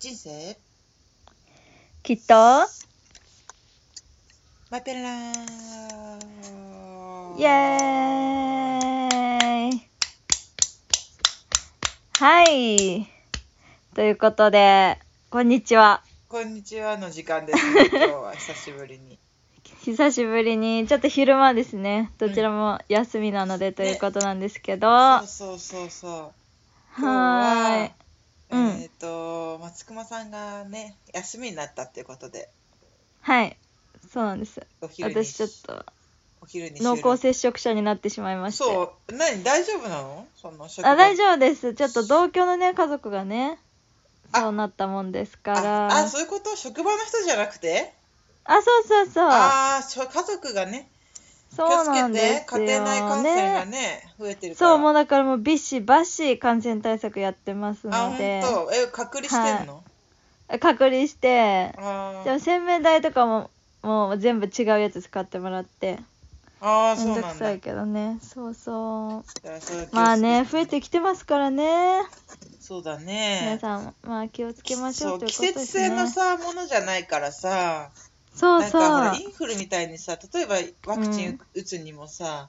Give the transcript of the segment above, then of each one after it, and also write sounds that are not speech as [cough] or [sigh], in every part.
人生きっとマイペラライエーイはいということでこんにちはこんにちはの時間ですね今日は久しぶり [laughs] に久しぶりにちょっと昼間ですねどちらも休みなのでということなんですけど、はそうそうそうそうーい今日はうんえっ、と松隈さんがね休みになったっていうことではいそうなんですお昼に私ちょっとお昼に濃厚接接触者になってしまいましてそう何大丈夫なのその職場あ大丈夫ですちょっと同居のね家族がねあそうなったもんですかあらあそういうこと職場の人じゃなくてあそうそうそうああーしょ家族がね気そをうつなんけでてす家よ庭内感染がねね増えてるからそうもうだからもうビシバシ感染対策やってますあので本当え隔離してんの、隔離してあでもー洗面台とかももう全部違うやつ使ってもらってあーめそんうどくなんさだいけどねそうそうだからそれは気をつけてまあね増えてきてますからねそうだ皆ねさんまあ気をつけましそょううという季ことで節すね性のさものじゃないからさそうなんかほらそインフルみたいにさ例えばワクチン打つにもさ、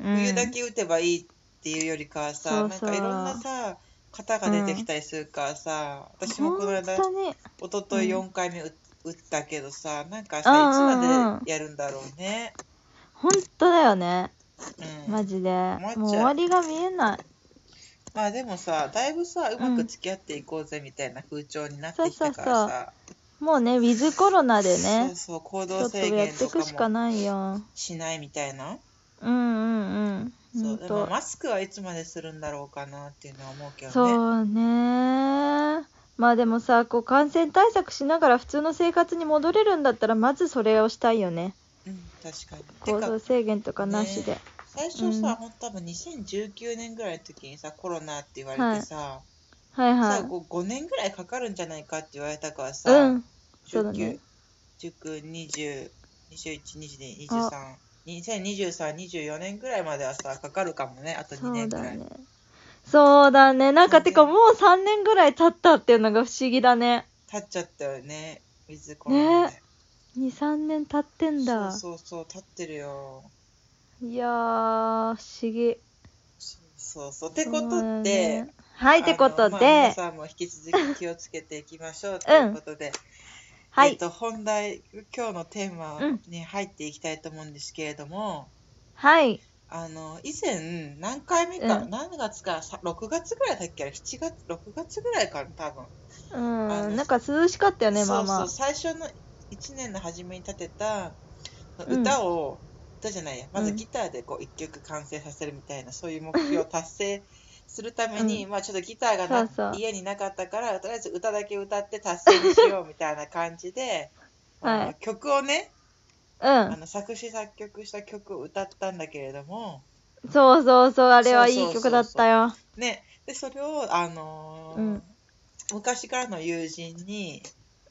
う冬だんけ打てばいいっていうよりかはさ、そうなんそうかいろんなさ型が出てきたりするからさ、私もこの間本当に一昨日4回目打打ったけどさなんかうさいんつうんまうんでやるんだろうね、本当だよねうんマジでっちゃうもう終わりが見えないまあでもさだいぶさうまく付き合っていこうぜみたいな風潮になってきたからさもうねウィズコロナでそうねそう行ちょ動っと制や限ってといくしかかもないよしないみたいなうんうんうんそほんうでもとマスクはいつまでするんだろうかなっていうのは思うけどねそうねまあでもさこう感染対策しながら普通の生活に戻れるんだったらまずそれをしたいよねうん確か行に動てか制限とかなしで、最初さ、うんほんと多分2019年ぐらいの時にさコロナって言われてさ、はい最はい後 5, 年ぐらいかかるんじゃないかって言われたからさ、うんそうだね19、19、20、21、22、23、2023、24年ぐらいまではさ、かかるかもね、あと2そ年うぐだらい。ねそうだねなんかそうねてかもう3年ぐらい経ったっていうのが不思議だね経っちゃったよね、ウィズコロナで。 23年経ってんだそうそうそう、経ってるよ。いやー不思議そうそう。ってこそうだとよでね、ははいってことで、皆さんも引き続き気をつけていきましょうということで、はえっい、と、本題、今日のテーマうんに入っていきたいと思うんですけれども、はい、あの以前何回目か、うん何月かさ6月ぐらいだっけあれ7月6月ぐらいかな多分、うあのん、なんか涼しかったよね、まそあうまそあう。最初の1年の初めに立てたうん歌を、歌じゃないやまずうんギターでこう1曲完成させるみたいな、そういう目標を達成するために、まあちょっとギターがなそうそう家になかったからとりあえず歌だけ歌って達成にしようみたいな感じで、はいあの曲をねうあの作詞作曲した曲を歌ったんだけれども、ん、そうそうそう、あれはそうそういい曲だったよ。ね、でそれを、あのーうん昔からの友人に、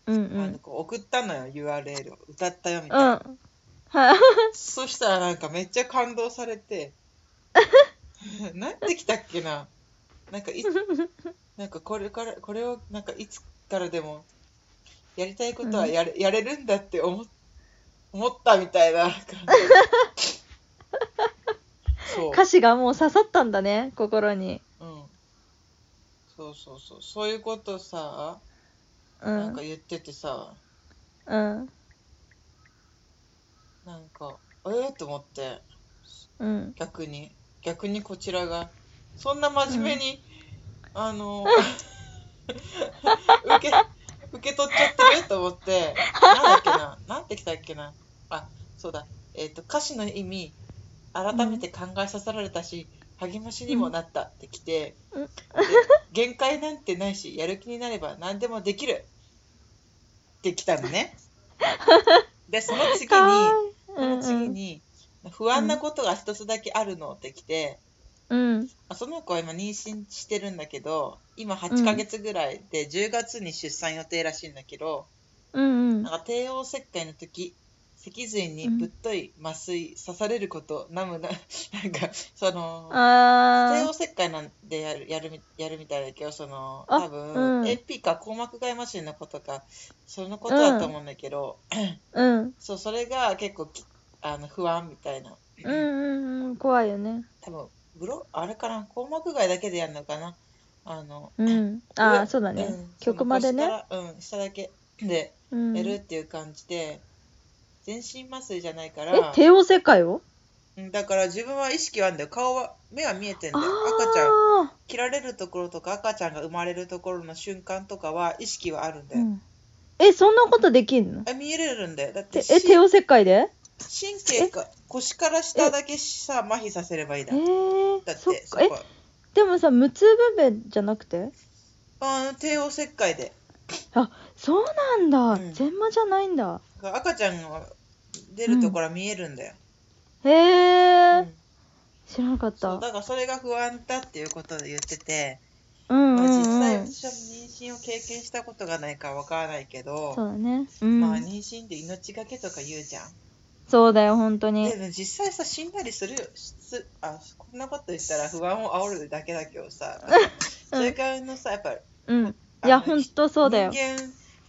うんうあのん。こう送ったのよ URL を歌ったよみたういな、ん。はい。そしたらなんかめっちゃ感動され [laughs] てなんてきたっけななんかい [laughs] なんかこれからこれをなんかいつからでもやりたいことはやれ,、やれるんだって思っ思ったみたいな感じ [laughs] そう歌詞がもう刺さったんだね、心に。うん、そうそうそうそういうことさ、うなんんか。言っててさうん。なんかえっ、と思ってうん。逆に逆にこちらがそんな真面目に、あ [laughs] の受け受け取っちゃってると思ってなんだっけななんてきたっけなあそうだえっ、と歌詞の意味改めて考えさせられたし、励ましにもなったってきて、うんで限界なんてないしやる気になれば何でもできるってきたの [laughs] ね。でその次かにわいい。そうの次んに、不安なことが一つだけあるのってきて、うん。うん。まあその子は今妊娠してるんだけど、今8ヶ月ぐらいで10月に出産予定らしいんだけど、うんうんなん。か帝王切開の時、脊髄にぶっとい麻酔刺されること、ナ [laughs] ムななんかその帝あ王切開なんでやるやるみやるみたいだけどそのあ多分、うん AP か硬膜外麻疹のことかそのことだと思うんだけど、ーうんそうそれが結構きあの不安みたいなうんうんうん怖いよね多分ブロあれかな硬膜外だけでやるのかなあの、うんあうあそうだうねん曲までそねの腰からうん下だけでうんやるっえていう感じで、全身麻酔じゃないから帝王世界をうんだから自分は意識はあんだよ顔は目は見えてんだあよ赤ちゃんあ切られるところとか赤ちゃんが生まれるところの瞬間とかは意識はあるんだうよ、んえそんなことできんのあ見えれるんだよだってえしえ帝王世界で神経か腰から下だけさ麻痺させればいいえだだー、っそってそかえこはでもさ無痛分娩じゃなくてあ帝王切開でそうなんだ、うん全麻じゃないんだだから赤ちゃんが出るところは見えるんだよ、へえ、うん知らなかっそたうだからそれが不安だっていうことを言ってて、うんうん、まうあ、ん、実際私は妊娠を経験したことがないからわからないけどそうだね、うんまあ妊娠って命がけとか言うじゃんそうだよ本当にでも実際さ死んだりするよしすあこんなこと言ったら不安を煽るだけだけどさ、それからいのさやっぱりうんあいやの本当そうだよ人間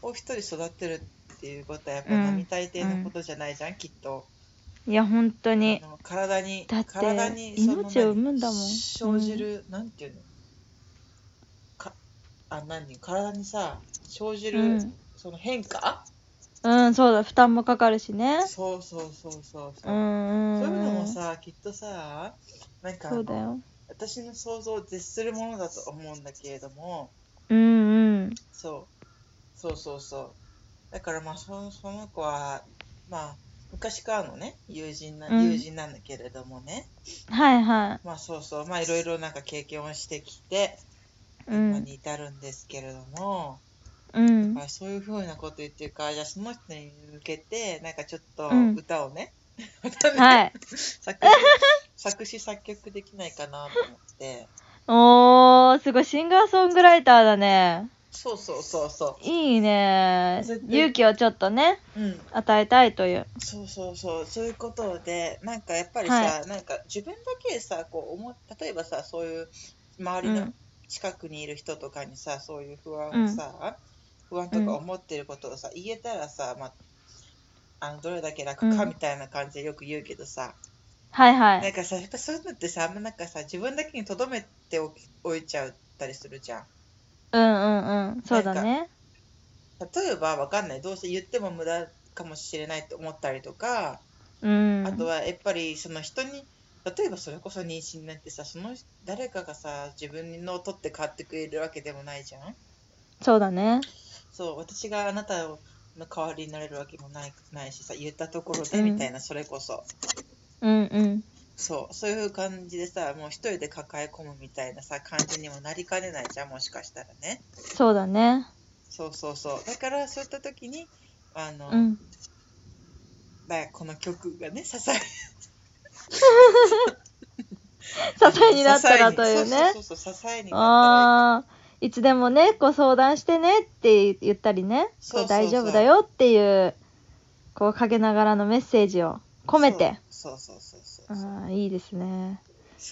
を一人育てるっていうことはやっぱりうん並大抵のことじゃないじゃん、きっといや本当にあの体にだって体に命を産むんだもんその何生じる、なんていうのかあ何体にさ生じる、うんその変化うんそうだ負担もかかるしねそうそうそうそうそうう、んうんそうういうんのもさきっとさなんかあのそうだよ私の想像を絶するものだと思うんだけれどもうんうんそうそうそうそうだからまあそその子はまあ昔からのね友人な、うん友人なんだけれどもねはいはまあそうそうまあいろいろなんか経験をしてきていう今んに至るんですけれども、うんまあ、そういうふうなこと言ってるからじゃあその人に向けてなんかちょっとうん歌をね、 [laughs] 歌をね [laughs] はい作詞作詞作曲できないかなと思っておーすごいシンガーソングライターだねそうそうそうそいいね絶対勇気をちょっとねううん与えたいというそうそうそうそういうことでなんかやっぱりさ、はなんか自分だけさこう思っ例えばさそういう周うりのん近くにいる人とかにさ、そういう不安をさ、不安とか思ってることをさ言えたらさ、まああのどれだけ楽かうんみたいな感じでよく言うけどさ、はいはなんいかさやっぱそういうのってさあんまなんかさ自分だけにとどめておきおいちゃったりするじゃんうんうんうんそうだね例えばわかんないどうせ言っても無駄かもしれないと思ったりとか、うんあとはやっぱりその人に例えばそれこそ妊娠なんてさその誰かがさ自分のを取って買ってくれるわけでもないじゃんそうだねそう私があなたの代わりになれるわけもないないしさ言ったところうでんみたいな、それこそうんうんそうそういう感じでさもう一人で抱え込むみたいなさ感じにもなりかねないじゃんもしかしたらねそうだねそうそうそうだからそういった時にあの、うんだからこの曲がね支え支えになったらという支えにねそうそうそう支えになったらいいああいつでもねこう相談してねって言ったりねそうそうそこうう大丈夫だよっていうこうかけながらのメッセージを込めてそうそうそうそうそうああいいですね、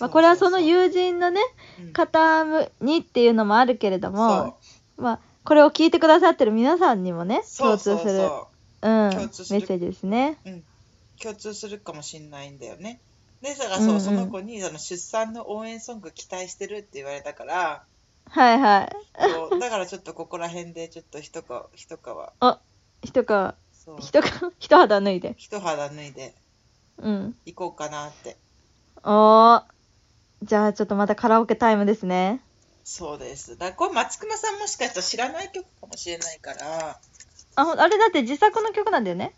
まあ、これはそのう友人のねうん方にっていうのもあるけれども、まあ、これを聞いてくださってる皆さんにもねそ共うそ通うすそうるそうん共通するメッセージですね。う、うん、共通するかもしれないんだよねでだからそう、うんうんその子にその出産の応援ソング期待してるって言われたからはいはい。こ [laughs] うだからちょっとここら辺でちょっと一皮一皮人か、そう人か、人肌脱いで。一肌脱いでうん。いこうかなっておー。じゃあちょっとまたカラオケタイムですね。そうですだからこれ松隈さんもしかしたら知らない曲かもしれないからあ、ほんあれだって自作の曲なんだよね。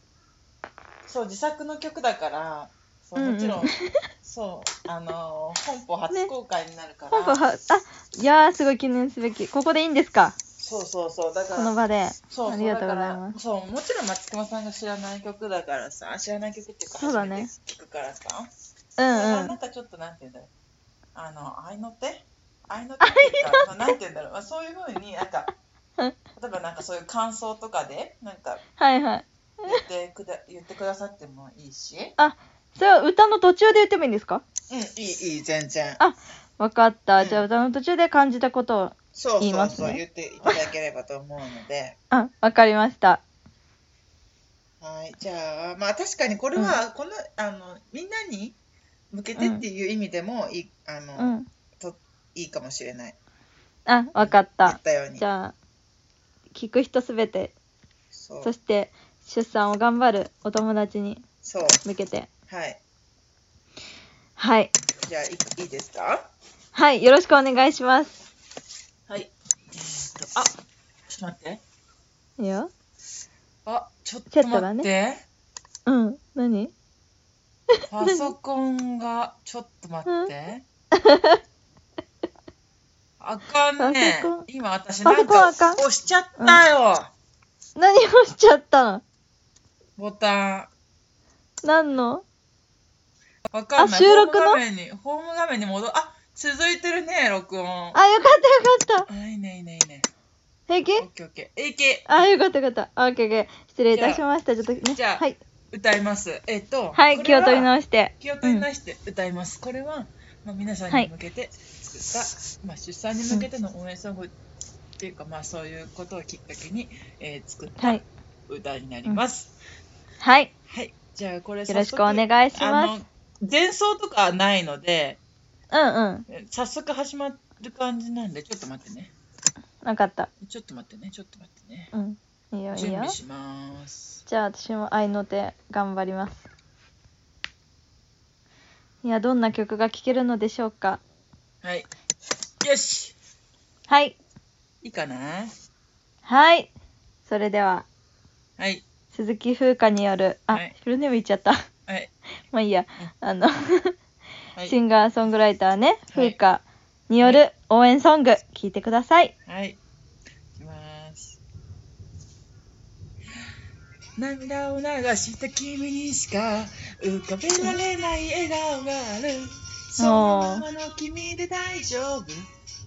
そう自作の曲だからそうもちろん、うんうんそうあのー本邦初公開になるから、本当は、あ、いやーすごい記念すべき。ここでいいんですかそうそうそうだからこの場で。そうありがとうございますす。そう、もちろん松隈さんが知らない曲だからさ、知らない曲っていうか、そうだ初ねめて聞くからさ、ううんうなんん。かちょっとなんて言うんだろう、あの、愛の手愛の手って [laughs] いうか、なんて言うんだろう、まあ、そういうふうになんか、例えばなんかそういう感想とかで、なんか、はいはい。言ってく [laughs] だ言ってくださってもいいし。それは歌の途中で言ってもいいんですかうん、いい、いい、全然。わかった。うんじゃあ歌の途中で感じたことを。そう言いそまうすそう、ね言っていただければと思うので。あ、わかりました。はい、じゃあ、まあ確かにこれは、この、あの、みんなに向けてっていう意味でも、いい、あの、うん。いいかもしれない。あ、わかっ言たっ。たように。じゃあ、聞く人すべて、そうそ、して出産を頑張るお友達にそう、向けて。はい。はい。じゃあ、いいいですかはい。よろしくお願いします。はい。えーっと、あ、ちょっと待って。いいよ。あ、ちょっセとット待っだねて。うん。何パソコンが、ちょっと待って。あかんねパソコン。今私パなソんコンかあかん押しちゃったよ。何をしちゃったのボタン。何のわかんない。あ収録のホーム画面に、ホーム画面に戻、あ、続いてるね、録音。あ、よかったよかった。あ、いいね、いいね、いいね。平オ気ッケーオッケー。えいけ、あ、よかったよかった。オッケーオッケー。失礼いたしました。ちょっとね。じゃあはい。歌います。えっと、はい。こ気れをは取り直して。気を取り直して歌います。これは、まあ、皆さんに向けて作った、まあ、出産に向けての応援ソングっていうか、まあ、そういうことをきっかけに、えー作っはたい。歌になります。はい。はい。じゃあ、これよろしくお早速願いします。あの、前奏とかはないので、うんうん。え早速始まる感じなんで、ちょっと待ってね。わかった。ちょっと待ってね、ちょっと待ってね。うん。いいよい準いよ備。します。じゃあ私も愛の手頑張ります。いや、どんな曲が聴けるのでしょうか。はい。よしはい。いいかなはい。それでは、はい。鈴木風花による、あ、はいフルネーム言っちゃった。はい。 [laughs] まあいいや。あの、はいシ。ンガーソングライターね、はい風花による応援ソング、聴いてください。はい。いきます。涙を流した君にしか浮かべられない笑顔がある。そのままの君で大丈夫。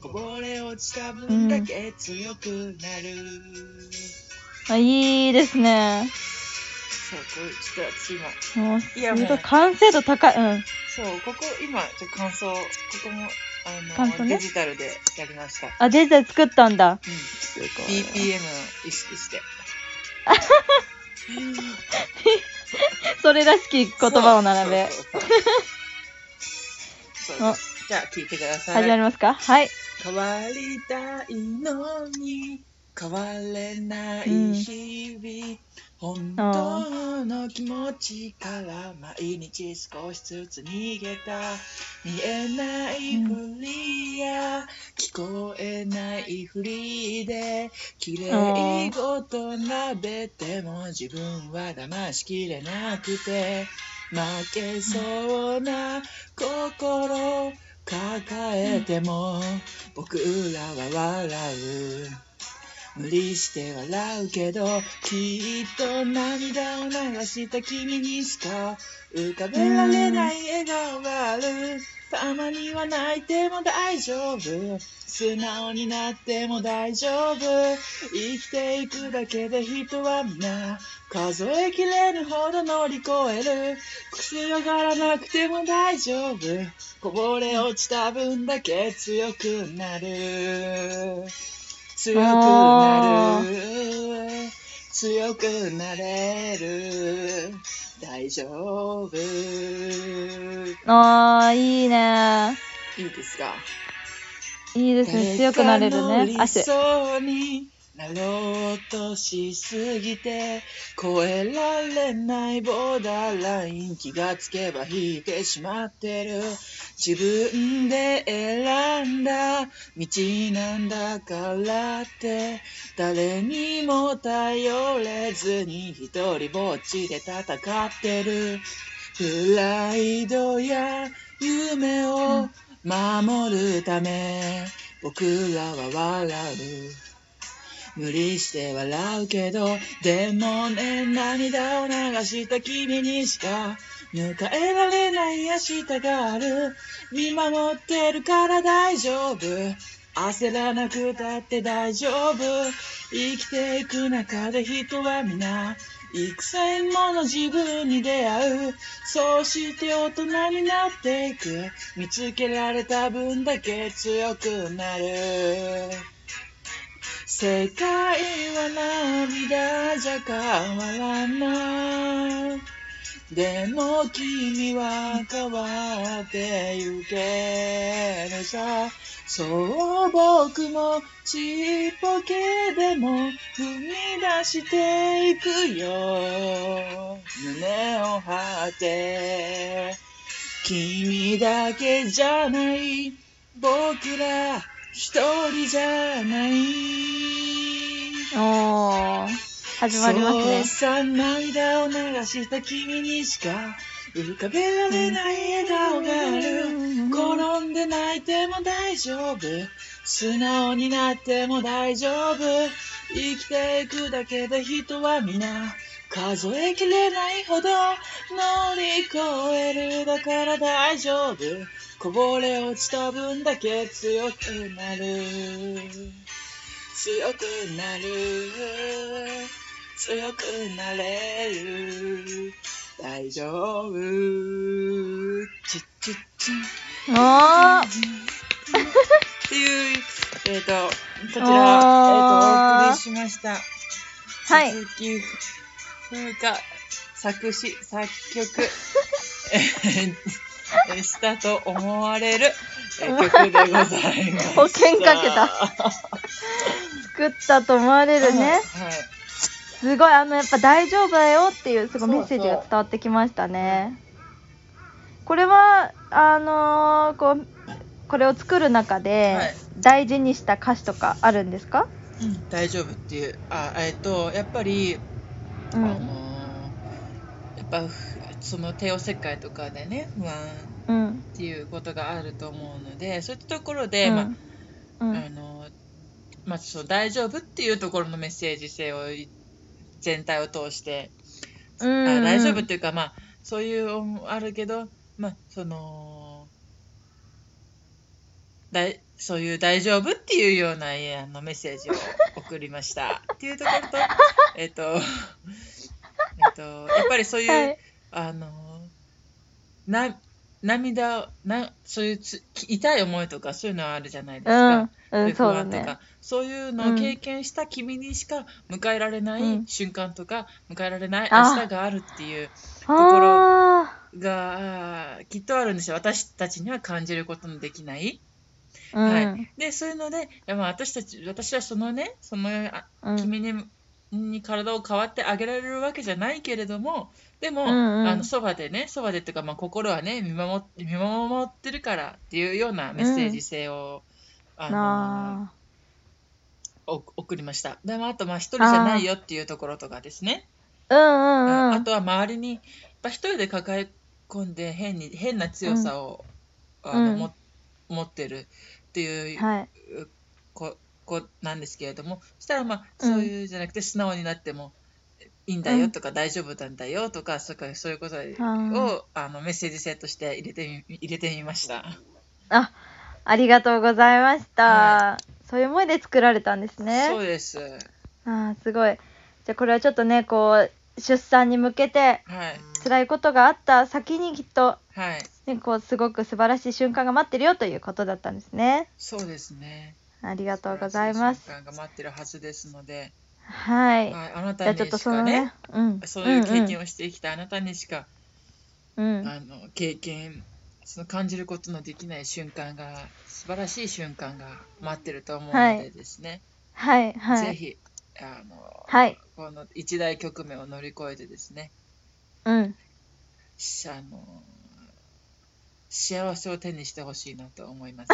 こぼれ落ちた分だけ強くなる。あいいですね。そう、これちょっと私今。もう、いやすもごうい完成度高い。うん。そう、ここ今、ちょっと感想、ここもあ感の、想ねデジタルでやりました。あ、デジタル作ったんだ。うんすごい。 BPM を意識 [laughs] して。それらしき言葉を並べ。そうそうそうそうですじゃあ聞いてくださ始まい。りますかはい。変わりたいのに変われない日々、本当の気持ちから毎日少しずつ逃げた見えないふりや聞こえないふりで綺麗事並べても自分は騙しきれなくて負けそうな心抱えても僕らは笑う無理して笑うけどきっと涙を流した君にしか浮かべられない笑顔があるたまには泣いても大丈夫素直になっても大丈夫生きていくだけで人は皆数えきれぬほど乗り越えるくすがらなくても大丈夫こぼれ落ちた分だけ強くなる強くなる強くなれる大丈夫いあー、いいね。いですかいいですね。強くなれる誰かのね。理足。想になろうとしすぎて越えられないボーダーライン気がつけば引いてしまってる自分で選んだ道なんだからって誰にも頼れずに一人ぼっちで戦ってるプライドや夢を守るため僕らは笑う無理して笑うけどでもね涙を流した君にしか迎えられない明日がある見守ってるから大丈夫焦らなくたって大丈夫生きていく中で人は皆幾千もの自分に出会うそうして大人になっていく見つけられた分だけ強くなる世界は涙じゃ変わらないでも君は変わってゆけるさそう僕もちっぽけでも踏み出していくよ胸を張って君だけじゃない僕ら一人じゃないおー、始まりますそうね。さ涙を流した君にしか浮かべられない笑顔がある転んで泣いても大丈夫素直になっても大丈夫生きていくだけで人は皆数えきれないほど乗り越えるだから大丈夫こぼれ落ちた分だけ強くなる強くなる強くなれる大丈夫チッチッチンおー、っていう、えっ、と、こちら、えっ、と、あーお送りしました。はい鈴木風花作詞、作 [laughs] 曲、えーしたと思われる、えー曲でご [laughs] ざいます。保険かけた [laughs] 作ったと思われるね。はい。すごい、あの、やっぱ大丈夫だよっていう、すごそういメそうッセージが伝わってきましたね。これは、あのーこう、これを作る中ではい、大事にした歌詞とかあるんですか、うん、大丈夫っていう。あ、えっ、と、やっぱり、うあのん。ーやっぱ、ふその帝王切開とかでね、不安うん。っていうことがあると思うので、そういったところで、うんまあ、うんあのまあ、その大丈夫っていうところのメッセージ性をい全体を通して、うんあ大丈夫っていうか、まあ、そういう思いもあるけど、まあ、そのだいそういう大丈夫っていうようなえーあのメッセージを送りましたっていうところ [laughs] と、えっとえっと、やっぱりそういう、はいあのな涙をなそういうつ痛い思いとかそういうのはあるじゃないですか。うん、うでん、そ不うだ安とねか。そういうのを経験した君にしか迎えられなういん瞬間とか、迎えられないあ明日があるっていうあろあがあーきっとあるんですよ私たちには感じることのできないー、うん、はいでそういうのでいやまあ私たち私はそのねそのあうん、君に,、に体を変わってあげられるわけじゃないけれどもでも、うんうんあのそばでねそばでっていうか、まあ、心はね見守っ見守ってるからっていうようなメッセージ性を、あのあお送りました。でもあとまあ一人じゃないよっていうところとかですね。ーうんうんうんああとは周りにやっぱ一人で抱え込んで変に変な強さを、んあのうんも持ってるっていう、はいここなんですけれども、そしたらまあうんそういうじゃなくて素直になってもいいんだよとか、大丈夫なんだよとかそうかそういうことーをあのメッセージ性として入れてみ入れてみました。あありがとうございました、はそういう思いで作られたんですそうねです。あーすごいじゃあこれはちょっとねこう出産に向けてはい辛いことがあった先にきっと、はいね、こうすごく素晴らしい瞬間が待ってるよということだったんですねそうですね。ありがとうございます時間が待ってるはずですので、はい、はい、あなじゃたあにちょっとしそのかねね、うん、そういう経験を、をしてきたあなたにしか、うんうんあの経験、その感じることのできない瞬間が、素晴らしい瞬間が待ってると思うはのいでですね、はいはぜいひあの、はいこの一大局面を乗り越えてですね、うんしあの幸せを手にしてほしいなと思います。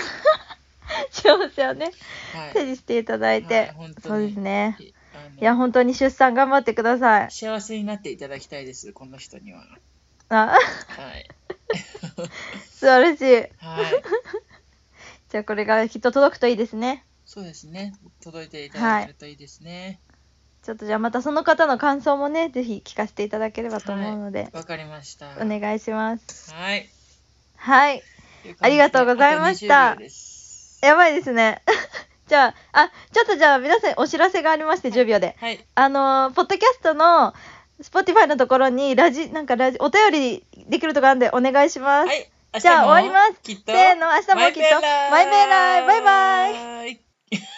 幸せをねはい、手にしていただいて、はい本当そうにですねあのいや本当に出産頑張ってください幸せになっていただきたいです、この人には。あはい。素晴らしい [laughs] はい。じゃあこれがきっと届くといいですねそうですね。届いていただけるといいですね。ちょっとじゃあまたその方の感想もねぜひ聞かせていただければと思うので、わ、かりました。お願いしますはい。はいという感じでありがとうございましたあと20秒ですやばいですね [laughs] じゃあ、あ、ちょっとじゃあ皆さんお知らせがありまして10秒で。はい。あのーポッドキャストの Spotify のところにラジ、なんかラジ、お便りできるとこあるんでお願いします。はい。じゃあ終わりますきっと。せーの、明日もきっと。マイペーラーバイバイイ。